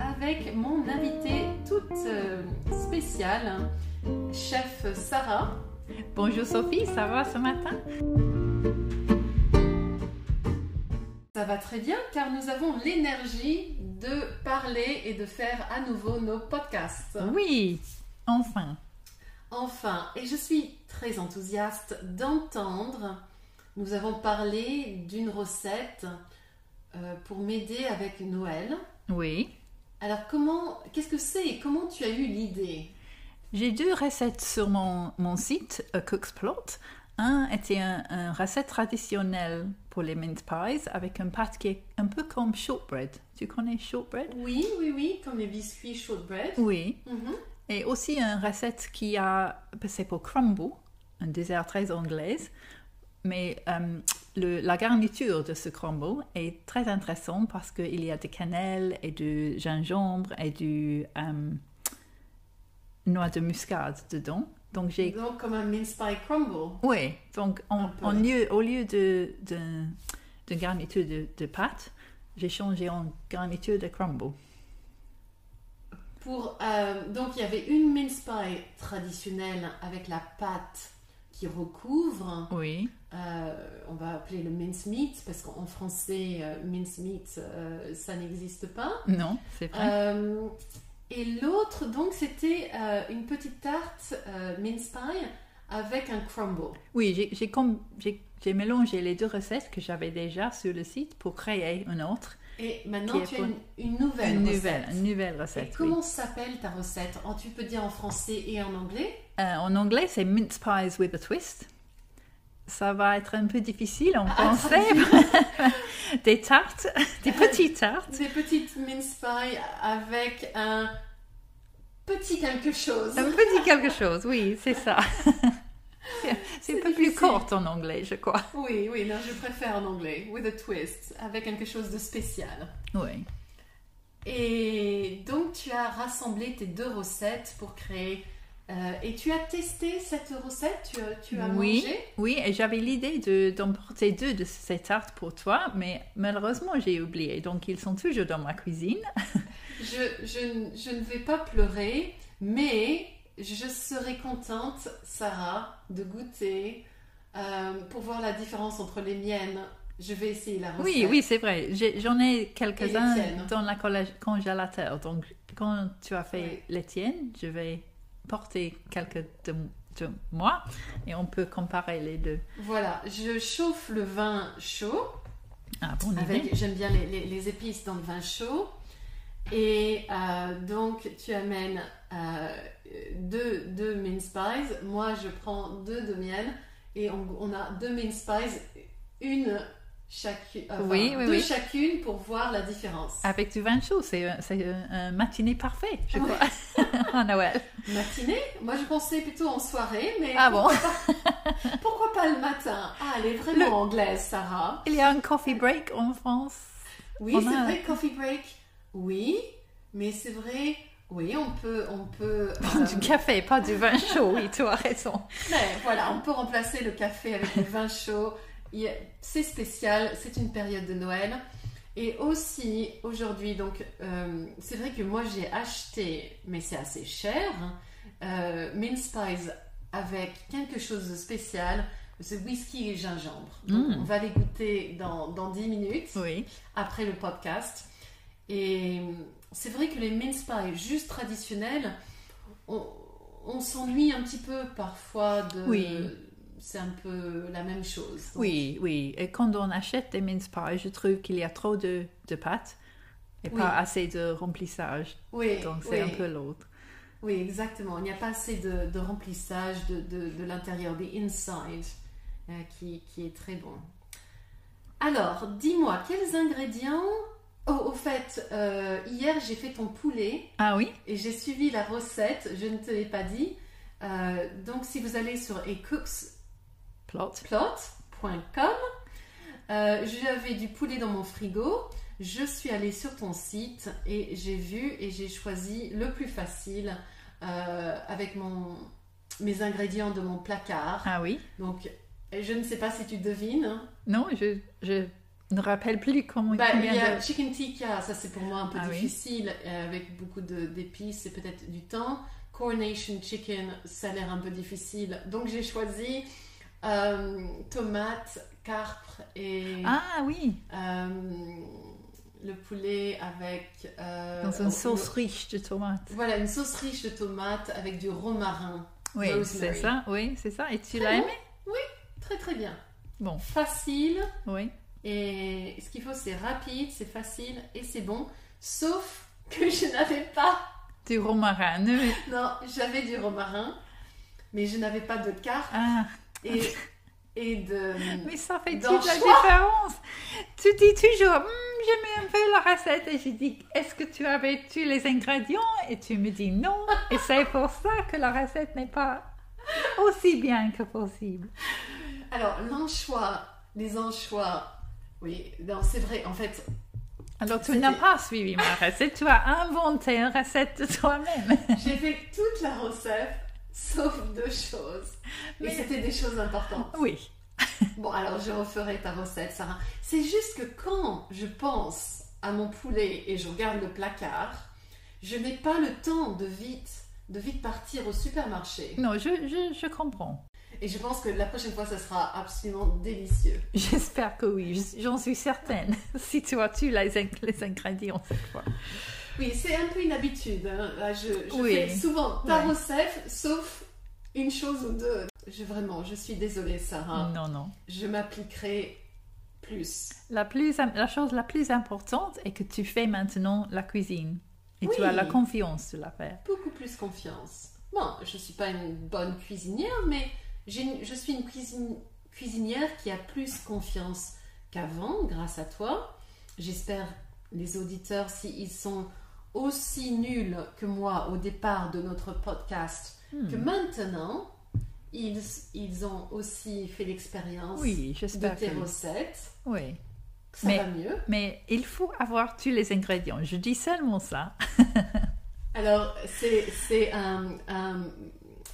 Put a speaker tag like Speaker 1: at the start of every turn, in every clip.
Speaker 1: avec mon invitée toute euh, spéciale, chef Sarah.
Speaker 2: Bonjour Sophie, ça va ce matin
Speaker 1: Ça va très bien car nous avons l'énergie de parler et de faire à nouveau nos podcasts.
Speaker 2: Oui, enfin.
Speaker 1: Enfin, et je suis très enthousiaste d'entendre, nous avons parlé d'une recette euh, pour m'aider avec Noël.
Speaker 2: Oui.
Speaker 1: Alors comment, qu'est-ce que c'est et comment tu as eu l'idée
Speaker 2: J'ai deux recettes sur mon, mon site, A Cook's Plot. Un était un, un recette traditionnelle pour les mince pies avec un pâte qui est un peu comme shortbread. Tu connais shortbread
Speaker 1: Oui, oui, oui, comme les biscuits shortbread.
Speaker 2: Oui.
Speaker 1: Mhm.
Speaker 2: Et aussi une recette qui a, ben, c'est pour crumble, un dessert très anglaise, mais euh, le- la garniture de ce crumble est très intéressante parce qu'il y a de cannelle et du gingembre et du euh, noix de muscade dedans. Donc j'ai,
Speaker 1: Donc comme un mince pie crumble.
Speaker 2: oui, donc en-
Speaker 1: Un peu.
Speaker 2: en lieu- au lieu de, de, de garniture de, de pâte, j'ai changé en garniture de crumble.
Speaker 1: Pour, euh, donc il y avait une mince pie traditionnelle avec la pâte qui recouvre.
Speaker 2: Oui,
Speaker 1: Euh, on va appeler le mince meat parce qu'en français euh, mince meat euh, ça n'existe pas.
Speaker 2: non, c'est vrai.
Speaker 1: Euh, et l'autre donc c'était euh, une petite tarte euh, mince pie avec un crumble.
Speaker 2: Oui, j'ai- j'ai com- j'ai- j'ai mélangé les deux recettes que j'avais déjà sur le site pour créer une autre,
Speaker 1: Et maintenant
Speaker 2: Qui est
Speaker 1: tu as
Speaker 2: pour-
Speaker 1: une, une nouvelle
Speaker 2: une
Speaker 1: recette.
Speaker 2: nouvelle, une nouvelle
Speaker 1: Et
Speaker 2: recette. oui.
Speaker 1: comment s'appelle ta recette Oh, Tu peux dire en français et en anglais
Speaker 2: Euh, en anglais, c'est mince pies with a twist. Ça va être un peu difficile en
Speaker 1: Ah,
Speaker 2: français. des tartes, des petites tartes.
Speaker 1: Des petites mince pie avec un petit quelque chose.
Speaker 2: Un petit quelque chose, oui, c'est ça. C'est- c'est un peu plus
Speaker 1: difficile.
Speaker 2: court en anglais, je crois.
Speaker 1: Oui, oui, non, je préfère en anglais. With a twist, avec quelque chose de spécial.
Speaker 2: Oui.
Speaker 1: Et donc tu as rassemblé tes deux recettes pour créer. euh, et tu as testé cette recette Tu as, tu as
Speaker 2: Oui.
Speaker 1: mangé
Speaker 2: Oui, et j'avais l'idée de- d'emporter deux de ces tartes pour toi, mais malheureusement, j'ai oublié. Donc, ils sont toujours dans ma cuisine.
Speaker 1: je, je, n- je ne vais pas pleurer, mais je serai contente, Sarah, de goûter euh, pour voir la différence entre les miennes. Je vais essayer la recette.
Speaker 2: Oui, oui, Ah, c'est vrai. J'ai- J'en ai quelques-uns
Speaker 1: Et les tiennes.
Speaker 2: dans la collège- congélateur. Donc, quand tu as fait
Speaker 1: Oui.
Speaker 2: les tiennes, je vais porter quelques de, de moi et on peut comparer les deux.
Speaker 1: Voilà, je chauffe le vin chaud.
Speaker 2: Ah, bonne idée.
Speaker 1: Avec, j'aime bien les, les- les épices dans le vin chaud. Et euh, donc, tu amènes euh, deux, deux mince pies. Moi, je prends deux de miel. Et on, on a deux mince pies, une chacune. enfin,
Speaker 2: Oui, oui,
Speaker 1: deux
Speaker 2: oui.
Speaker 1: chacune pour voir la différence.
Speaker 2: Avec du vin chaud, c'est un- c'est un un matinée parfait, je crois, à Noël.
Speaker 1: Matinée Moi, je pensais plutôt en soirée, mais
Speaker 2: Ah bon
Speaker 1: pourquoi pas le matin Ah, elle est vraiment anglaise, Sarah.
Speaker 2: Il y a un coffee break en France.
Speaker 1: Oui,
Speaker 2: On
Speaker 1: c'est
Speaker 2: a-
Speaker 1: vrai, coffee break. Oui, mais c'est vrai. Oui, on peut, on peut. euh,
Speaker 2: Du café, pas du vin chaud, oui, tu as raison.
Speaker 1: Mais voilà, on peut remplacer le café avec le vin chaud. Il y a- C'est spécial, c'est une période de Noël. Et aussi, aujourd'hui, donc, euh, c'est vrai que moi j'ai acheté, mais c'est assez cher, hein, euh, mince pies avec quelque chose de spécial, ce whisky et gingembre. Donc,
Speaker 2: Mm.
Speaker 1: On va les goûter dans, dans 10 minutes
Speaker 2: Oui,
Speaker 1: après le podcast. Et c'est vrai que les mince pies juste traditionnels, on, on s'ennuie un petit peu parfois de.
Speaker 2: Oui.
Speaker 1: C'est un peu la même chose.
Speaker 2: oui, oui. Et quand on achète des mince pies, je trouve qu'il y a trop de, de pâtes et
Speaker 1: Oui.
Speaker 2: pas assez de remplissage.
Speaker 1: oui,
Speaker 2: Donc c'est
Speaker 1: oui,
Speaker 2: un peu l'autre.
Speaker 1: oui, exactement. Il n'y a pas assez de, de remplissage de, de- de l'intérieur, the inside, euh, qui, qui est très bon. Alors, dis-moi, quels ingrédients. Oh, au fait, euh, hier j'ai fait ton poulet.
Speaker 2: Ah oui
Speaker 1: Et j'ai suivi la recette, je ne te l'ai pas dit. Euh, donc si vous allez sur
Speaker 2: Plot.
Speaker 1: acooksplot.com, euh, j'avais du poulet dans mon frigo. Je suis allée sur ton site et j'ai vu et j'ai choisi le plus facile euh, avec mon, mes ingrédients de mon placard.
Speaker 2: Ah oui
Speaker 1: Donc je ne sais pas si tu devines. hein,
Speaker 2: Non, je, je, ne rappelle plus comment
Speaker 1: Bah, il
Speaker 2: combien
Speaker 1: y a
Speaker 2: de-
Speaker 1: chicken tikka, ça c'est pour moi un peu
Speaker 2: Ah oui.
Speaker 1: difficile, euh, avec beaucoup de- d'épices et peut-être du temps. Coronation chicken, ça a l'air un peu difficile. Donc j'ai choisi euh, tomate, carpre et
Speaker 2: Ah oui,
Speaker 1: euh, le poulet avec... euh,
Speaker 2: dans
Speaker 1: au-
Speaker 2: une sauce riche de tomates.
Speaker 1: Voilà, une sauce riche de tomates avec du romarin.
Speaker 2: Oui,
Speaker 1: Rosemary.
Speaker 2: c'est ça. Oui, c'est ça. Et tu
Speaker 1: Très
Speaker 2: l'as
Speaker 1: bon.
Speaker 2: aimé
Speaker 1: Très très bien.
Speaker 2: Bon.
Speaker 1: Facile.
Speaker 2: Oui.
Speaker 1: Et ce qu'il faut, c'est rapide, c'est facile et c'est bon. Sauf que je n'avais pas
Speaker 2: Du romarin. non, mais-
Speaker 1: Non, j'avais du romarin, mais je n'avais pas de carte
Speaker 2: Ah,
Speaker 1: et, et de.
Speaker 2: mais ça fait
Speaker 1: Dans
Speaker 2: toute la
Speaker 1: choix.
Speaker 2: différence. Tu dis toujours, Hmm, j'aimais un peu la recette. Et je dis, est-ce que tu avais tu les ingrédients Et tu me dis non. Et c'est pour ça que la recette n'est pas aussi bien que possible.
Speaker 1: Alors, l'anchois, les anchois, oui, non, c'est vrai, en fait,
Speaker 2: Alors, tu
Speaker 1: C'était-
Speaker 2: n'as pas suivi ma recette. Tu as inventé une recette de toi-même.
Speaker 1: j'ai fait toute la recette sauf deux choses. Mais
Speaker 2: Mais-
Speaker 1: c'était des choses importantes.
Speaker 2: Oui.
Speaker 1: Bon, alors je referai ta recette, Sarah. C'est juste que quand je pense à mon poulet et je regarde le placard, je n'ai pas le temps de vite, de vite partir au supermarché.
Speaker 2: Non, je, je, je comprends.
Speaker 1: Et je pense que la prochaine fois, ça sera absolument délicieux.
Speaker 2: J'espère que oui. Je- J'en suis certaine. Si tu as tu les, ing- les ingrédients cette fois.
Speaker 1: Oui, c'est un peu une habitude. hein. Là, je je
Speaker 2: Oui.
Speaker 1: fais souvent ta
Speaker 2: Ouais.
Speaker 1: recette, sauf une chose ou deux. Je, vraiment, je suis désolée, Sarah.
Speaker 2: Non, non.
Speaker 1: Je m'appliquerai plus.
Speaker 2: La, plus, im- la chose la plus importante est que tu fais maintenant la cuisine. Et tu
Speaker 1: Oui.
Speaker 2: as la confiance de la faire.
Speaker 1: Beaucoup plus confiance. Bon, je ne suis pas une bonne cuisinière, mais j'ai une- je suis une cuisine- cuisinière qui a plus confiance qu'avant, grâce à toi. J'espère, les auditeurs, s'ils sont aussi nuls que moi au départ de notre podcast,
Speaker 2: Hmm.
Speaker 1: que maintenant, ils, ils ont aussi fait l'expérience
Speaker 2: Oui,
Speaker 1: de
Speaker 2: j'espère que
Speaker 1: tes
Speaker 2: oui.
Speaker 1: recettes.
Speaker 2: oui.
Speaker 1: que Ça
Speaker 2: Mais-
Speaker 1: va mieux.
Speaker 2: Mais il faut avoir tu les ingrédients. Je dis seulement ça.
Speaker 1: Alors, c'est c'est un, un-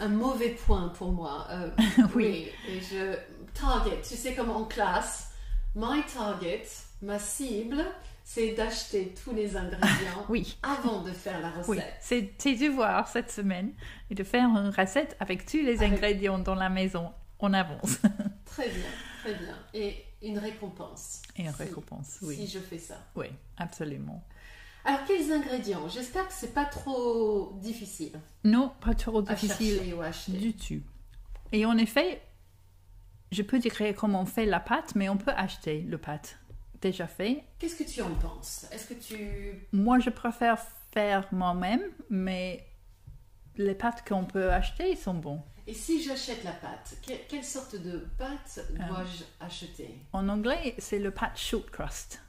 Speaker 1: un mauvais point pour moi. euh,
Speaker 2: Oui.
Speaker 1: Et je... Target, tu sais comme en classe, my target, ma cible, c'est d'acheter tous les ingrédients
Speaker 2: Oui.
Speaker 1: avant de faire la recette.
Speaker 2: Oui, c'est tes devoirs cette semaine et de faire une recette avec tous les
Speaker 1: Avec-
Speaker 2: ingrédients dans la maison en avance.
Speaker 1: Très bien, très bien. Et une récompense.
Speaker 2: Et une
Speaker 1: Si-
Speaker 2: récompense, oui.
Speaker 1: Si je fais ça.
Speaker 2: Oui, absolument.
Speaker 1: Alors, quels ingrédients J'espère que c'est pas trop difficile
Speaker 2: Non, pas trop
Speaker 1: à
Speaker 2: difficile
Speaker 1: chercher ou à acheter.
Speaker 2: du tout. Et en effet, je peux décrire comment on fait la pâte, mais on peut acheter le pâte déjà fait.
Speaker 1: Qu'est-ce que tu en penses Est-ce que tu...
Speaker 2: Moi, je préfère faire moi-même, mais les pâtes qu'on peut acheter sont bons.
Speaker 1: Et si j'achète la pâte, que- quelle sorte de pâte
Speaker 2: Euh.
Speaker 1: dois-je acheter
Speaker 2: En anglais, c'est le pâte short crust.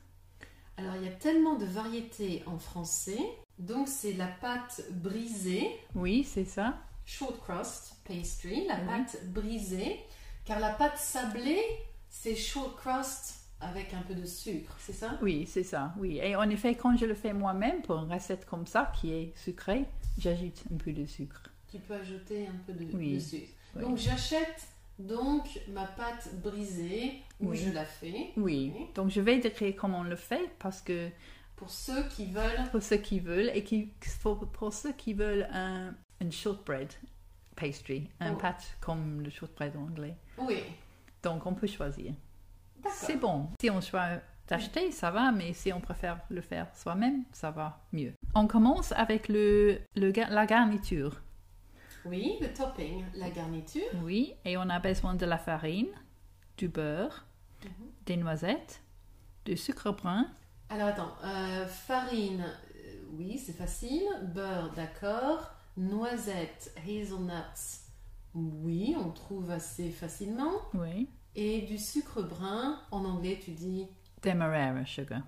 Speaker 1: Alors, il y a tellement de variétés en français. Donc, c'est la pâte brisée,
Speaker 2: Oui, c'est ça.
Speaker 1: short crust pastry, la
Speaker 2: Oui.
Speaker 1: pâte brisée. Car la pâte sablée, c'est short crust avec un peu de sucre, c'est ça
Speaker 2: Oui, c'est ça, oui. Et en effet, quand je le fais moi-même pour une recette comme ça, qui est sucrée, j'ajoute un peu de sucre.
Speaker 1: Tu peux ajouter un peu de,
Speaker 2: Oui.
Speaker 1: de sucre.
Speaker 2: Oui.
Speaker 1: Donc j'achète donc ma pâte brisée où
Speaker 2: Oui.
Speaker 1: je la fais
Speaker 2: Oui,
Speaker 1: Oui.
Speaker 2: donc je vais décrire comment on le fait parce que
Speaker 1: pour ceux qui veulent.
Speaker 2: pour ceux qui veulent, et qui, pour, pour ceux qui veulent un, un shortbread pastry, un
Speaker 1: Oh.
Speaker 2: pâte comme le shortbread anglais,
Speaker 1: Oui,
Speaker 2: donc on peut choisir. C'est
Speaker 1: d'accord.
Speaker 2: bon. Si on choisit d'acheter, ça va, mais si on préfère le faire soi-même, ça va mieux. On commence avec le, le, ga- la garniture.
Speaker 1: Oui, le topping, la garniture.
Speaker 2: Oui, et on a besoin de la farine, du beurre,
Speaker 1: Mhm.
Speaker 2: des noisettes, du sucre brun.
Speaker 1: Alors attends, euh, farine, euh, oui, c'est facile. Beurre, d'accord. Noisettes, hazelnuts, oui, on trouve assez facilement.
Speaker 2: Oui.
Speaker 1: Et du sucre brun, en anglais tu dis
Speaker 2: Demerara sugar.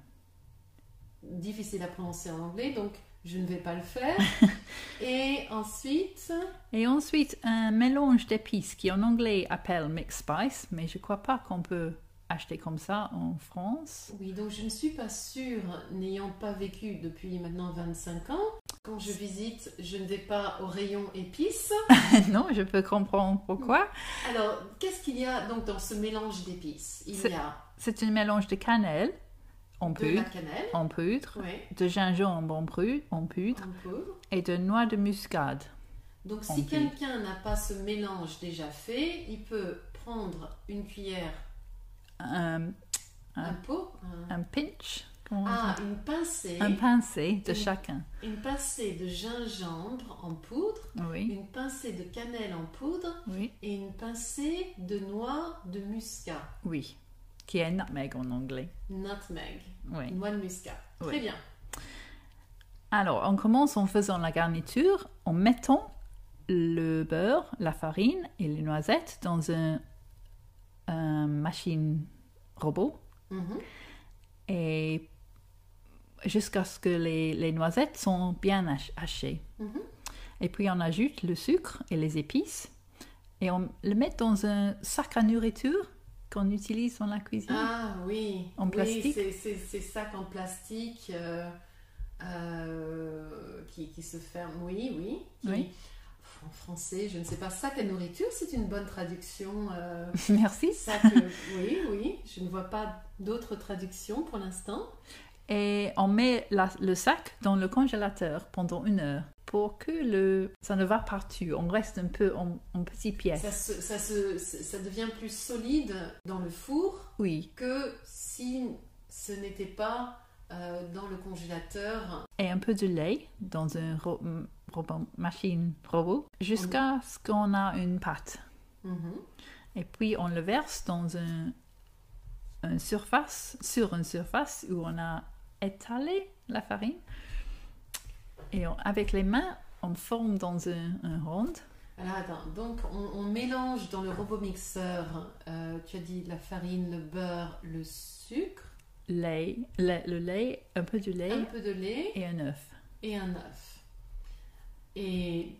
Speaker 1: difficile à prononcer en anglais, donc je ne vais pas le faire. Et ensuite,
Speaker 2: Et ensuite, un mélange d'épices qui en anglais appelle mixed spice, mais je crois pas qu'on peut acheter comme ça en France.
Speaker 1: Oui, donc je ne suis pas sûre, n'ayant pas vécu depuis maintenant 25 ans, Quand je visite, je ne vais pas au rayon épices.
Speaker 2: non, je peux comprendre pourquoi.
Speaker 1: Alors, qu'est-ce qu'il y a donc dans ce mélange d'épices Il
Speaker 2: C'est-
Speaker 1: y a
Speaker 2: C'est un mélange de cannelle en
Speaker 1: de la
Speaker 2: poudre,
Speaker 1: cannelle,
Speaker 2: en poudre,
Speaker 1: ouais,
Speaker 2: de gingembre en poudre, en poudre
Speaker 1: en poudre.
Speaker 2: et de noix de muscade.
Speaker 1: Donc,
Speaker 2: En
Speaker 1: si
Speaker 2: poudre.
Speaker 1: quelqu'un n'a pas ce mélange déjà fait, il peut prendre une cuillère,
Speaker 2: Un,
Speaker 1: un pot, un-
Speaker 2: Hein? un pinch, comment on
Speaker 1: ah,
Speaker 2: dit?
Speaker 1: une pincée,
Speaker 2: un pincé de
Speaker 1: Une-
Speaker 2: chacun.
Speaker 1: une pincée de gingembre en poudre,
Speaker 2: Oui,
Speaker 1: une pincée de cannelle en poudre
Speaker 2: oui,
Speaker 1: et une pincée de noix de muscat,
Speaker 2: oui. Qui est nutmeg en anglais.
Speaker 1: nutmeg,
Speaker 2: Oui.
Speaker 1: noix de muscat. Très
Speaker 2: Oui.
Speaker 1: bien.
Speaker 2: Alors, on commence en faisant la garniture en mettant le beurre, la farine et les noisettes dans un, un machine robot
Speaker 1: Mhm.
Speaker 2: et jusqu'à ce que les, les noisettes sont bien hach- hachées.
Speaker 1: Mhm.
Speaker 2: Et puis on ajoute le sucre et les épices et on le met dans un sac à nourriture qu'on utilise dans la cuisine.
Speaker 1: Ah oui.
Speaker 2: En
Speaker 1: Oui,
Speaker 2: plastique.
Speaker 1: c'est- c'est ces sacs en plastique euh, euh, qui, qui se ferment. Oui, oui. qui-
Speaker 2: Oui.
Speaker 1: En français, je ne sais pas. Sac à nourriture, c'est une bonne traduction. euh,
Speaker 2: Merci.
Speaker 1: sac, euh, oui, oui. Je ne vois pas d'autres traductions pour l'instant.
Speaker 2: et on met la- le sac dans le congélateur pendant une heure pour que le ça ne va pas partout. On reste un peu en, en petites pièces.
Speaker 1: Ça, se- ça, se- ça devient plus solide dans le four
Speaker 2: Oui,
Speaker 1: que si ce n'était pas euh, dans le congélateur.
Speaker 2: et un peu de lait dans un ro- m- robot- machine robot jusqu'à ce qu'on a une pâte.
Speaker 1: Mhm.
Speaker 2: Et puis on le verse dans un, un surface sur une surface où on a étalé la farine et on- avec les mains on forme dans un, un rond.
Speaker 1: Alors attends, donc on, on mélange dans le robot mixeur, euh, tu as dit la farine, le beurre, le sucre,
Speaker 2: Lait, lait- le lait, un peu du lait
Speaker 1: un peu de lait
Speaker 2: et un œuf.
Speaker 1: et un œuf. Et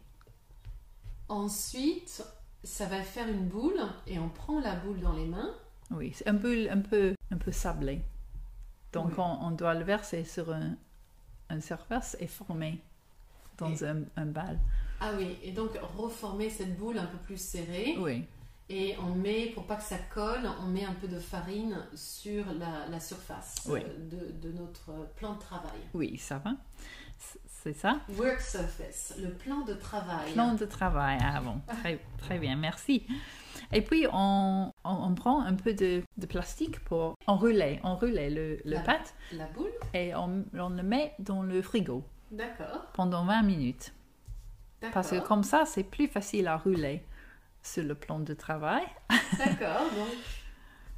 Speaker 1: ensuite, ça va faire une boule et on prend la boule dans les mains.
Speaker 2: Oui, c'est un peu, un peu, un peu sablé. Donc
Speaker 1: Oui.
Speaker 2: on, on doit le verser sur un, un surface et former dans
Speaker 1: Et-
Speaker 2: un, un bal.
Speaker 1: Ah oui, et donc reformer cette boule un peu plus serrée.
Speaker 2: Oui,
Speaker 1: Et on met, pour pas que ça colle, on met un peu de farine sur la, la surface
Speaker 2: Oui.
Speaker 1: euh, de, de notre plan de travail.
Speaker 2: oui, ça va. C- C'est ça.
Speaker 1: Work surface, le plan de travail.
Speaker 2: Plan de travail. Ah bon, très, très bien, merci. Et puis on, on, on prend un peu de, de plastique pour enrouler, enrouler le, le
Speaker 1: La-
Speaker 2: pâte
Speaker 1: La boule
Speaker 2: et on, on le met dans le frigo
Speaker 1: D'accord.
Speaker 2: pendant 20 minutes.
Speaker 1: D'accord.
Speaker 2: Parce que comme ça, c'est plus facile à rouler sur le plan de travail.
Speaker 1: D'accord, donc,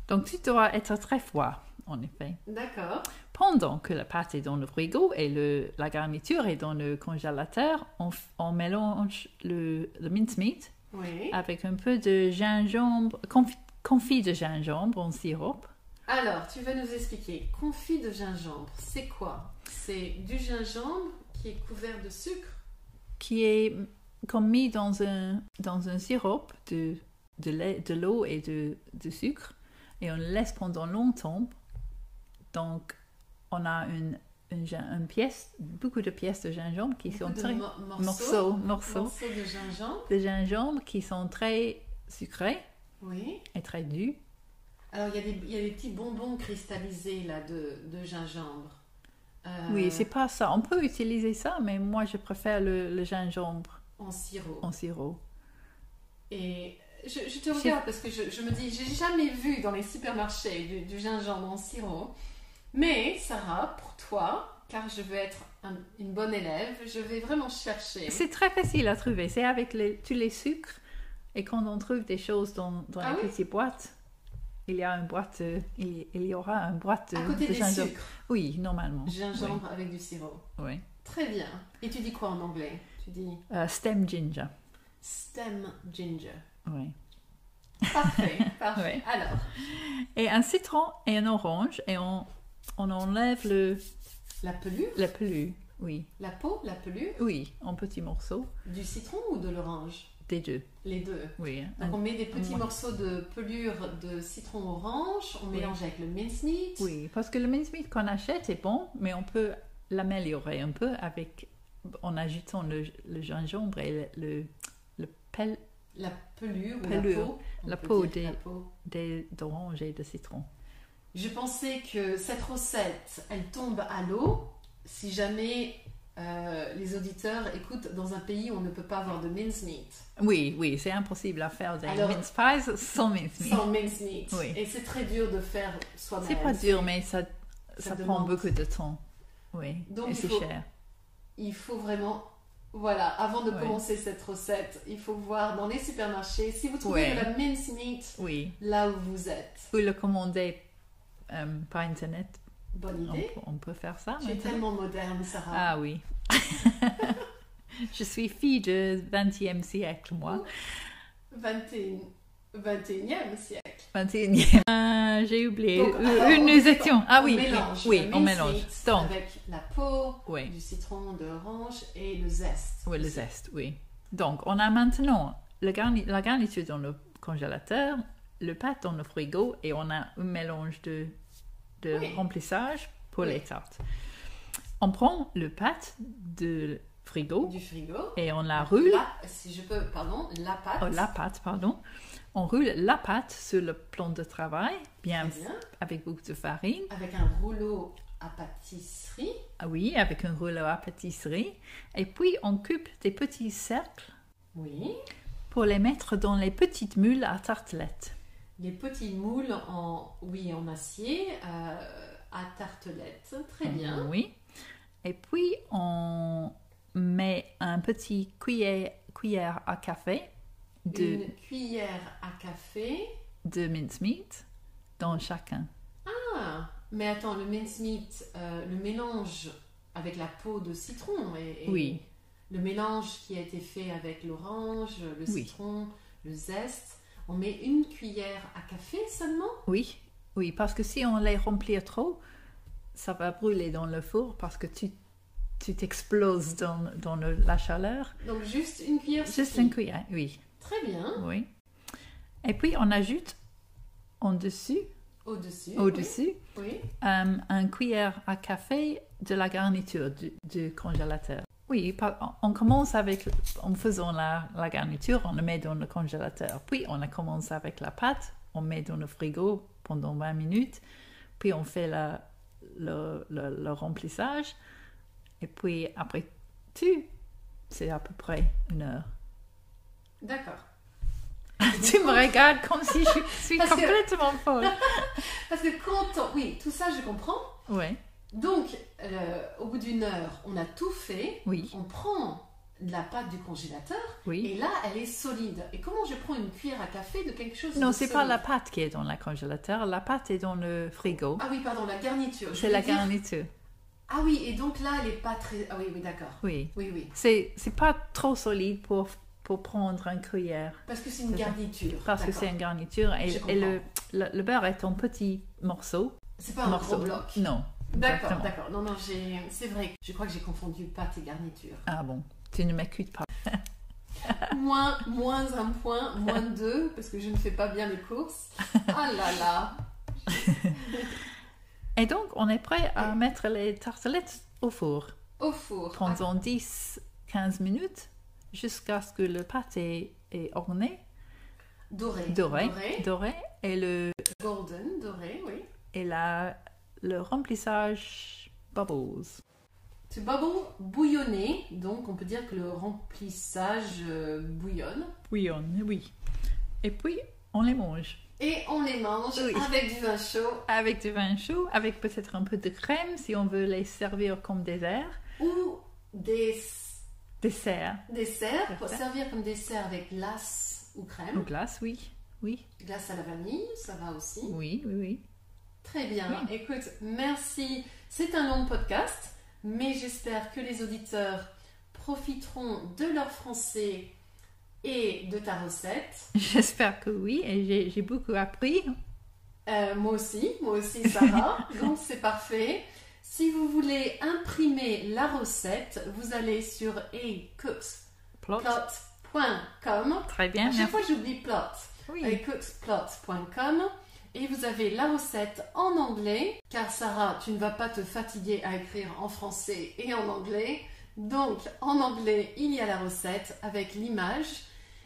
Speaker 2: Donc tu dois être très froid, en effet.
Speaker 1: d'accord.
Speaker 2: Pendant que la pâte est dans le frigo et le- la garniture est dans le congélateur, on, f- on mélange le, le mincemeat
Speaker 1: Oui.
Speaker 2: avec un peu de gingembre, confi- confit de gingembre en sirop.
Speaker 1: Alors, tu vas nous expliquer. Confit de gingembre, c'est quoi C'est du gingembre qui est couvert de sucre
Speaker 2: qui est comme mis dans un, dans un sirop de, de, lait- de l'eau et de, de sucre et on le laisse pendant longtemps. Donc, on a une, une, gin- une pièce, beaucoup de pièces de gingembre qui sont
Speaker 1: Beaucoup de
Speaker 2: très...
Speaker 1: mo- morceaux,
Speaker 2: Morceaux, morceaux
Speaker 1: morceaux de gingembre.
Speaker 2: de gingembre qui sont très sucrés
Speaker 1: Oui.
Speaker 2: et très durs.
Speaker 1: Alors, il y, a des- il y a des petits bonbons cristallisés là de, de gingembre. Euh,
Speaker 2: Oui, c'est pas ça. On peut utiliser ça, mais moi, je préfère le, le gingembre
Speaker 1: en sirop.
Speaker 2: en sirop.
Speaker 1: Et je, je te regarde parce que je, je me dis, j'ai jamais vu dans les supermarchés du, du gingembre en sirop. Mais Sarah, pour toi, car je veux être un- une bonne élève, je vais vraiment chercher.
Speaker 2: C'est très facile à trouver. C'est avec les- tous les sucres. Et quand on trouve des choses dans, dans
Speaker 1: Ah
Speaker 2: les
Speaker 1: oui?
Speaker 2: petites boîtes, il y a une boîte, euh, il, il y aura une boîte
Speaker 1: À
Speaker 2: euh,
Speaker 1: côté
Speaker 2: de
Speaker 1: des
Speaker 2: gingembre.
Speaker 1: sucres,
Speaker 2: Oui, normalement.
Speaker 1: gingembre avec du sirop.
Speaker 2: Oui, oui.
Speaker 1: Très bien. Et tu dis quoi en anglais Tu dis
Speaker 2: Euh, stem ginger.
Speaker 1: stem ginger.
Speaker 2: Oui.
Speaker 1: Parfait, parfait.
Speaker 2: Ouais.
Speaker 1: Alors,
Speaker 2: Et un citron et un orange. Et on, on enlève le,
Speaker 1: la pelure,
Speaker 2: la pelure. Oui,
Speaker 1: la peau, la pelure,
Speaker 2: oui, en petits morceaux.
Speaker 1: du citron ou de l'orange
Speaker 2: Des deux.
Speaker 1: Les deux.
Speaker 2: Oui. un-
Speaker 1: Donc on met des petits
Speaker 2: Ouais.
Speaker 1: morceaux de pelure de citron orange, on
Speaker 2: Oui.
Speaker 1: mélange avec le mincemeat.
Speaker 2: Oui, parce que le mincemeat qu'on achète est bon, mais on peut l'améliorer un peu avec en ajoutant le, le gingembre et le, le, le pel
Speaker 1: La pelure, ou la
Speaker 2: Pelure.
Speaker 1: peau. on
Speaker 2: La
Speaker 1: peut
Speaker 2: peau
Speaker 1: dire
Speaker 2: des-
Speaker 1: la peau.
Speaker 2: des- d'orange et de citron.
Speaker 1: Je pensais que cette recette, elle tombe à l'eau si jamais euh, les auditeurs écoutent dans un pays où on ne peut pas avoir de mincemeat,
Speaker 2: Oui, oui, c'est impossible à faire des
Speaker 1: Alors-
Speaker 2: mince pies sans mince meat.
Speaker 1: sans mincemeat.
Speaker 2: Oui.
Speaker 1: Et c'est très dur de faire soi-même.
Speaker 2: C'est pas dur, mais ça,
Speaker 1: ça
Speaker 2: ça, prend
Speaker 1: demande.
Speaker 2: beaucoup de temps. Oui,
Speaker 1: Donc,
Speaker 2: et
Speaker 1: il
Speaker 2: c'est
Speaker 1: faut-
Speaker 2: cher.
Speaker 1: Il faut vraiment, voilà, avant de
Speaker 2: Ouais.
Speaker 1: commencer cette recette, il faut voir dans les supermarchés si vous trouvez
Speaker 2: Ouais.
Speaker 1: de la mincemeat
Speaker 2: Oui,
Speaker 1: là où vous êtes.
Speaker 2: vous le commandez euh, par internet.
Speaker 1: Bonne
Speaker 2: On,
Speaker 1: idée.
Speaker 2: on peut faire ça.
Speaker 1: Tu es
Speaker 2: maintenant.
Speaker 1: tellement moderne, Sarah.
Speaker 2: Ah oui. Je suis fille du 20e siècle, moi.
Speaker 1: 21, 21e siècle.
Speaker 2: 21e. Ah, J'ai oublié.
Speaker 1: Donc,
Speaker 2: Où-
Speaker 1: alors,
Speaker 2: où
Speaker 1: on
Speaker 2: nous
Speaker 1: mélange-
Speaker 2: étions. Ah
Speaker 1: on
Speaker 2: oui,
Speaker 1: mélange
Speaker 2: oui,
Speaker 1: la
Speaker 2: on
Speaker 1: mincemeat
Speaker 2: mélange. Donc,
Speaker 1: Avec la peau,
Speaker 2: oui.
Speaker 1: du citron, de l'orange et le zeste.
Speaker 2: Oui, le zeste, oui. Donc, on a maintenant le garni- la garniture dans le congélateur, le pâte dans le frigo et on a un mélange de, de
Speaker 1: Oui.
Speaker 2: remplissage pour
Speaker 1: Oui.
Speaker 2: les tartes. On prend le pâte de frigo
Speaker 1: Du frigo.
Speaker 2: et on la roule,
Speaker 1: La- si je peux, pardon, la pâte.
Speaker 2: oh, la pâte, pardon, on roule la pâte sur le plan de travail, bien,
Speaker 1: Très bien.
Speaker 2: avec beaucoup de farine,
Speaker 1: Avec un rouleau à pâtisserie.
Speaker 2: ah oui, avec un rouleau à pâtisserie, et puis on coupe des petits cercles
Speaker 1: Oui.
Speaker 2: pour les mettre dans les petites moules à tartelettes.
Speaker 1: Les petits moules en, oui, en acier euh, à tartelettes. Très
Speaker 2: Mhm.
Speaker 1: bien.
Speaker 2: Oui. Et puis, on met un petit cuillère, cuillère à café de,
Speaker 1: Une cuillère à café.
Speaker 2: de mincemeat dans chacun.
Speaker 1: Ah, mais attends, le mincemeat, euh, le mélange avec la peau de citron et, et
Speaker 2: Oui.
Speaker 1: le mélange qui a été fait avec l'orange, le
Speaker 2: Oui.
Speaker 1: citron, le zeste, on met une cuillère à café seulement
Speaker 2: Oui, oui, parce que si on les remplit trop, ça va brûler dans le four parce que tu tu t'exploses dans, dans le- la chaleur.
Speaker 1: Donc juste une cuillère
Speaker 2: Juste
Speaker 1: suffit.
Speaker 2: une cuillère, oui,
Speaker 1: Très bien,
Speaker 2: oui. Et puis, on ajoute en dessus,
Speaker 1: au-dessus.
Speaker 2: au-dessus,
Speaker 1: Oui, oui.
Speaker 2: euh, un cuillère à café de la garniture du, du congélateur. Oui, par- on commence avec, en faisant la, la garniture, on le met dans le congélateur. Puis on commence avec la pâte, on met dans le frigo pendant 20 minutes. Puis on fait la- le, le- le remplissage. Et puis après tout, c'est à peu près une heure.
Speaker 1: D'accord.
Speaker 2: tu me regardes comme si je suis
Speaker 1: Parce que-
Speaker 2: complètement folle.
Speaker 1: Parce que quand on- Oui, tout ça je comprends.
Speaker 2: Oui,
Speaker 1: Donc, euh, au bout d'une heure, on a tout fait.
Speaker 2: oui,
Speaker 1: On prend de la pâte du congélateur
Speaker 2: oui.
Speaker 1: Et là, elle est solide. Et comment je prends une cuillère à café de quelque chose
Speaker 2: Non,
Speaker 1: de
Speaker 2: c'est
Speaker 1: solide
Speaker 2: pas la pâte qui est dans le congélateur, la pâte est dans le frigo.
Speaker 1: Ah oui, pardon, la garniture. Je
Speaker 2: c'est la
Speaker 1: voulais dire-
Speaker 2: garniture,
Speaker 1: Ah oui, et donc là, elle est pas très. Ah oui, oui, d'accord.
Speaker 2: oui.
Speaker 1: Oui, oui.
Speaker 2: C'est, c'est pas trop solide pour, pour prendre un cuillère,
Speaker 1: Parce que c'est une
Speaker 2: C'est ça.
Speaker 1: garniture.
Speaker 2: parce que
Speaker 1: D'accord.
Speaker 2: c'est une garniture et,
Speaker 1: Je
Speaker 2: et le, le, le beurre est en petits morceaux.
Speaker 1: C'est pas un
Speaker 2: morceaux.
Speaker 1: gros bloc.
Speaker 2: Non.
Speaker 1: D'accord,
Speaker 2: exactement.
Speaker 1: d'accord. Non, non, j'ai. C'est vrai. que Je crois que j'ai confondu pâte et garniture.
Speaker 2: Ah bon, tu ne m'écoutes pas.
Speaker 1: moins, moins un point, moins deux, parce que je ne fais pas bien les courses. Ah là là.
Speaker 2: Et donc, on est prêt à
Speaker 1: Oui.
Speaker 2: mettre les tartelettes au four
Speaker 1: Au four. Ah,
Speaker 2: pendant 10-15 minutes jusqu'à ce que le pâte est, est orné,
Speaker 1: Ah, doré.
Speaker 2: doré, doré, et le
Speaker 1: Golden, doré, oui.
Speaker 2: et la, le remplissage bubbles.
Speaker 1: Ce babon bouillonné, donc on peut dire que le remplissage euh, bouillonne.
Speaker 2: Bouillonne, oui. Et puis, on les mange
Speaker 1: Et on les mange
Speaker 2: Oui.
Speaker 1: avec du vin chaud
Speaker 2: avec du vin chaud, avec peut-être un peu de crème si on veut les servir comme dessert.
Speaker 1: ou des s-
Speaker 2: Dessert
Speaker 1: desserts, pour
Speaker 2: Dessert.
Speaker 1: servir comme dessert avec glace ou
Speaker 2: ou
Speaker 1: crème.
Speaker 2: glace, oui. Oui,
Speaker 1: Glace à la vanille, ça va aussi.
Speaker 2: oui, oui, oui.
Speaker 1: Très bien, écoute, merci. C'est un long podcast, mais j'espère que les auditeurs profiteront de leur français et de ta recette.
Speaker 2: J'espère que oui, et j'ai- j'ai beaucoup appris.
Speaker 1: Euh, moi aussi, moi aussi Sarah, donc c'est parfait. Si vous voulez imprimer la recette, vous allez sur
Speaker 2: Plot.
Speaker 1: acookplot.com.
Speaker 2: Très
Speaker 1: À
Speaker 2: bien,
Speaker 1: chaque
Speaker 2: merci. Euh,
Speaker 1: fois j'oublie plot.
Speaker 2: Oui.
Speaker 1: acookplot.com et vous avez la recette en anglais, car Sarah, tu ne vas pas te fatiguer à écrire en français et en anglais. Donc, en anglais, il y a la recette avec l'image.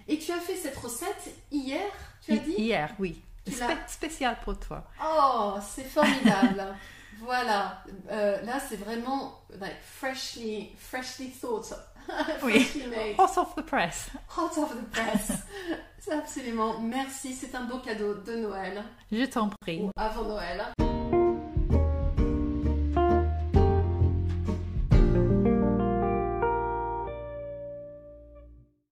Speaker 1: Et tu as fait cette recette hier, tu as
Speaker 2: Hi-
Speaker 1: dit
Speaker 2: Hier, oui.
Speaker 1: Tu
Speaker 2: Spé-
Speaker 1: l'as-
Speaker 2: spécial pour toi.
Speaker 1: Oh, c'est formidable. voilà. Euh, là, c'est vraiment like, freshly, freshly thought.
Speaker 2: Oui.
Speaker 1: freshly made.
Speaker 2: Hot off the press.
Speaker 1: Hot off the press. C'est absolument. Merci. C'est un beau cadeau de Noël
Speaker 2: Je t'en prie.
Speaker 1: ou avant Noël.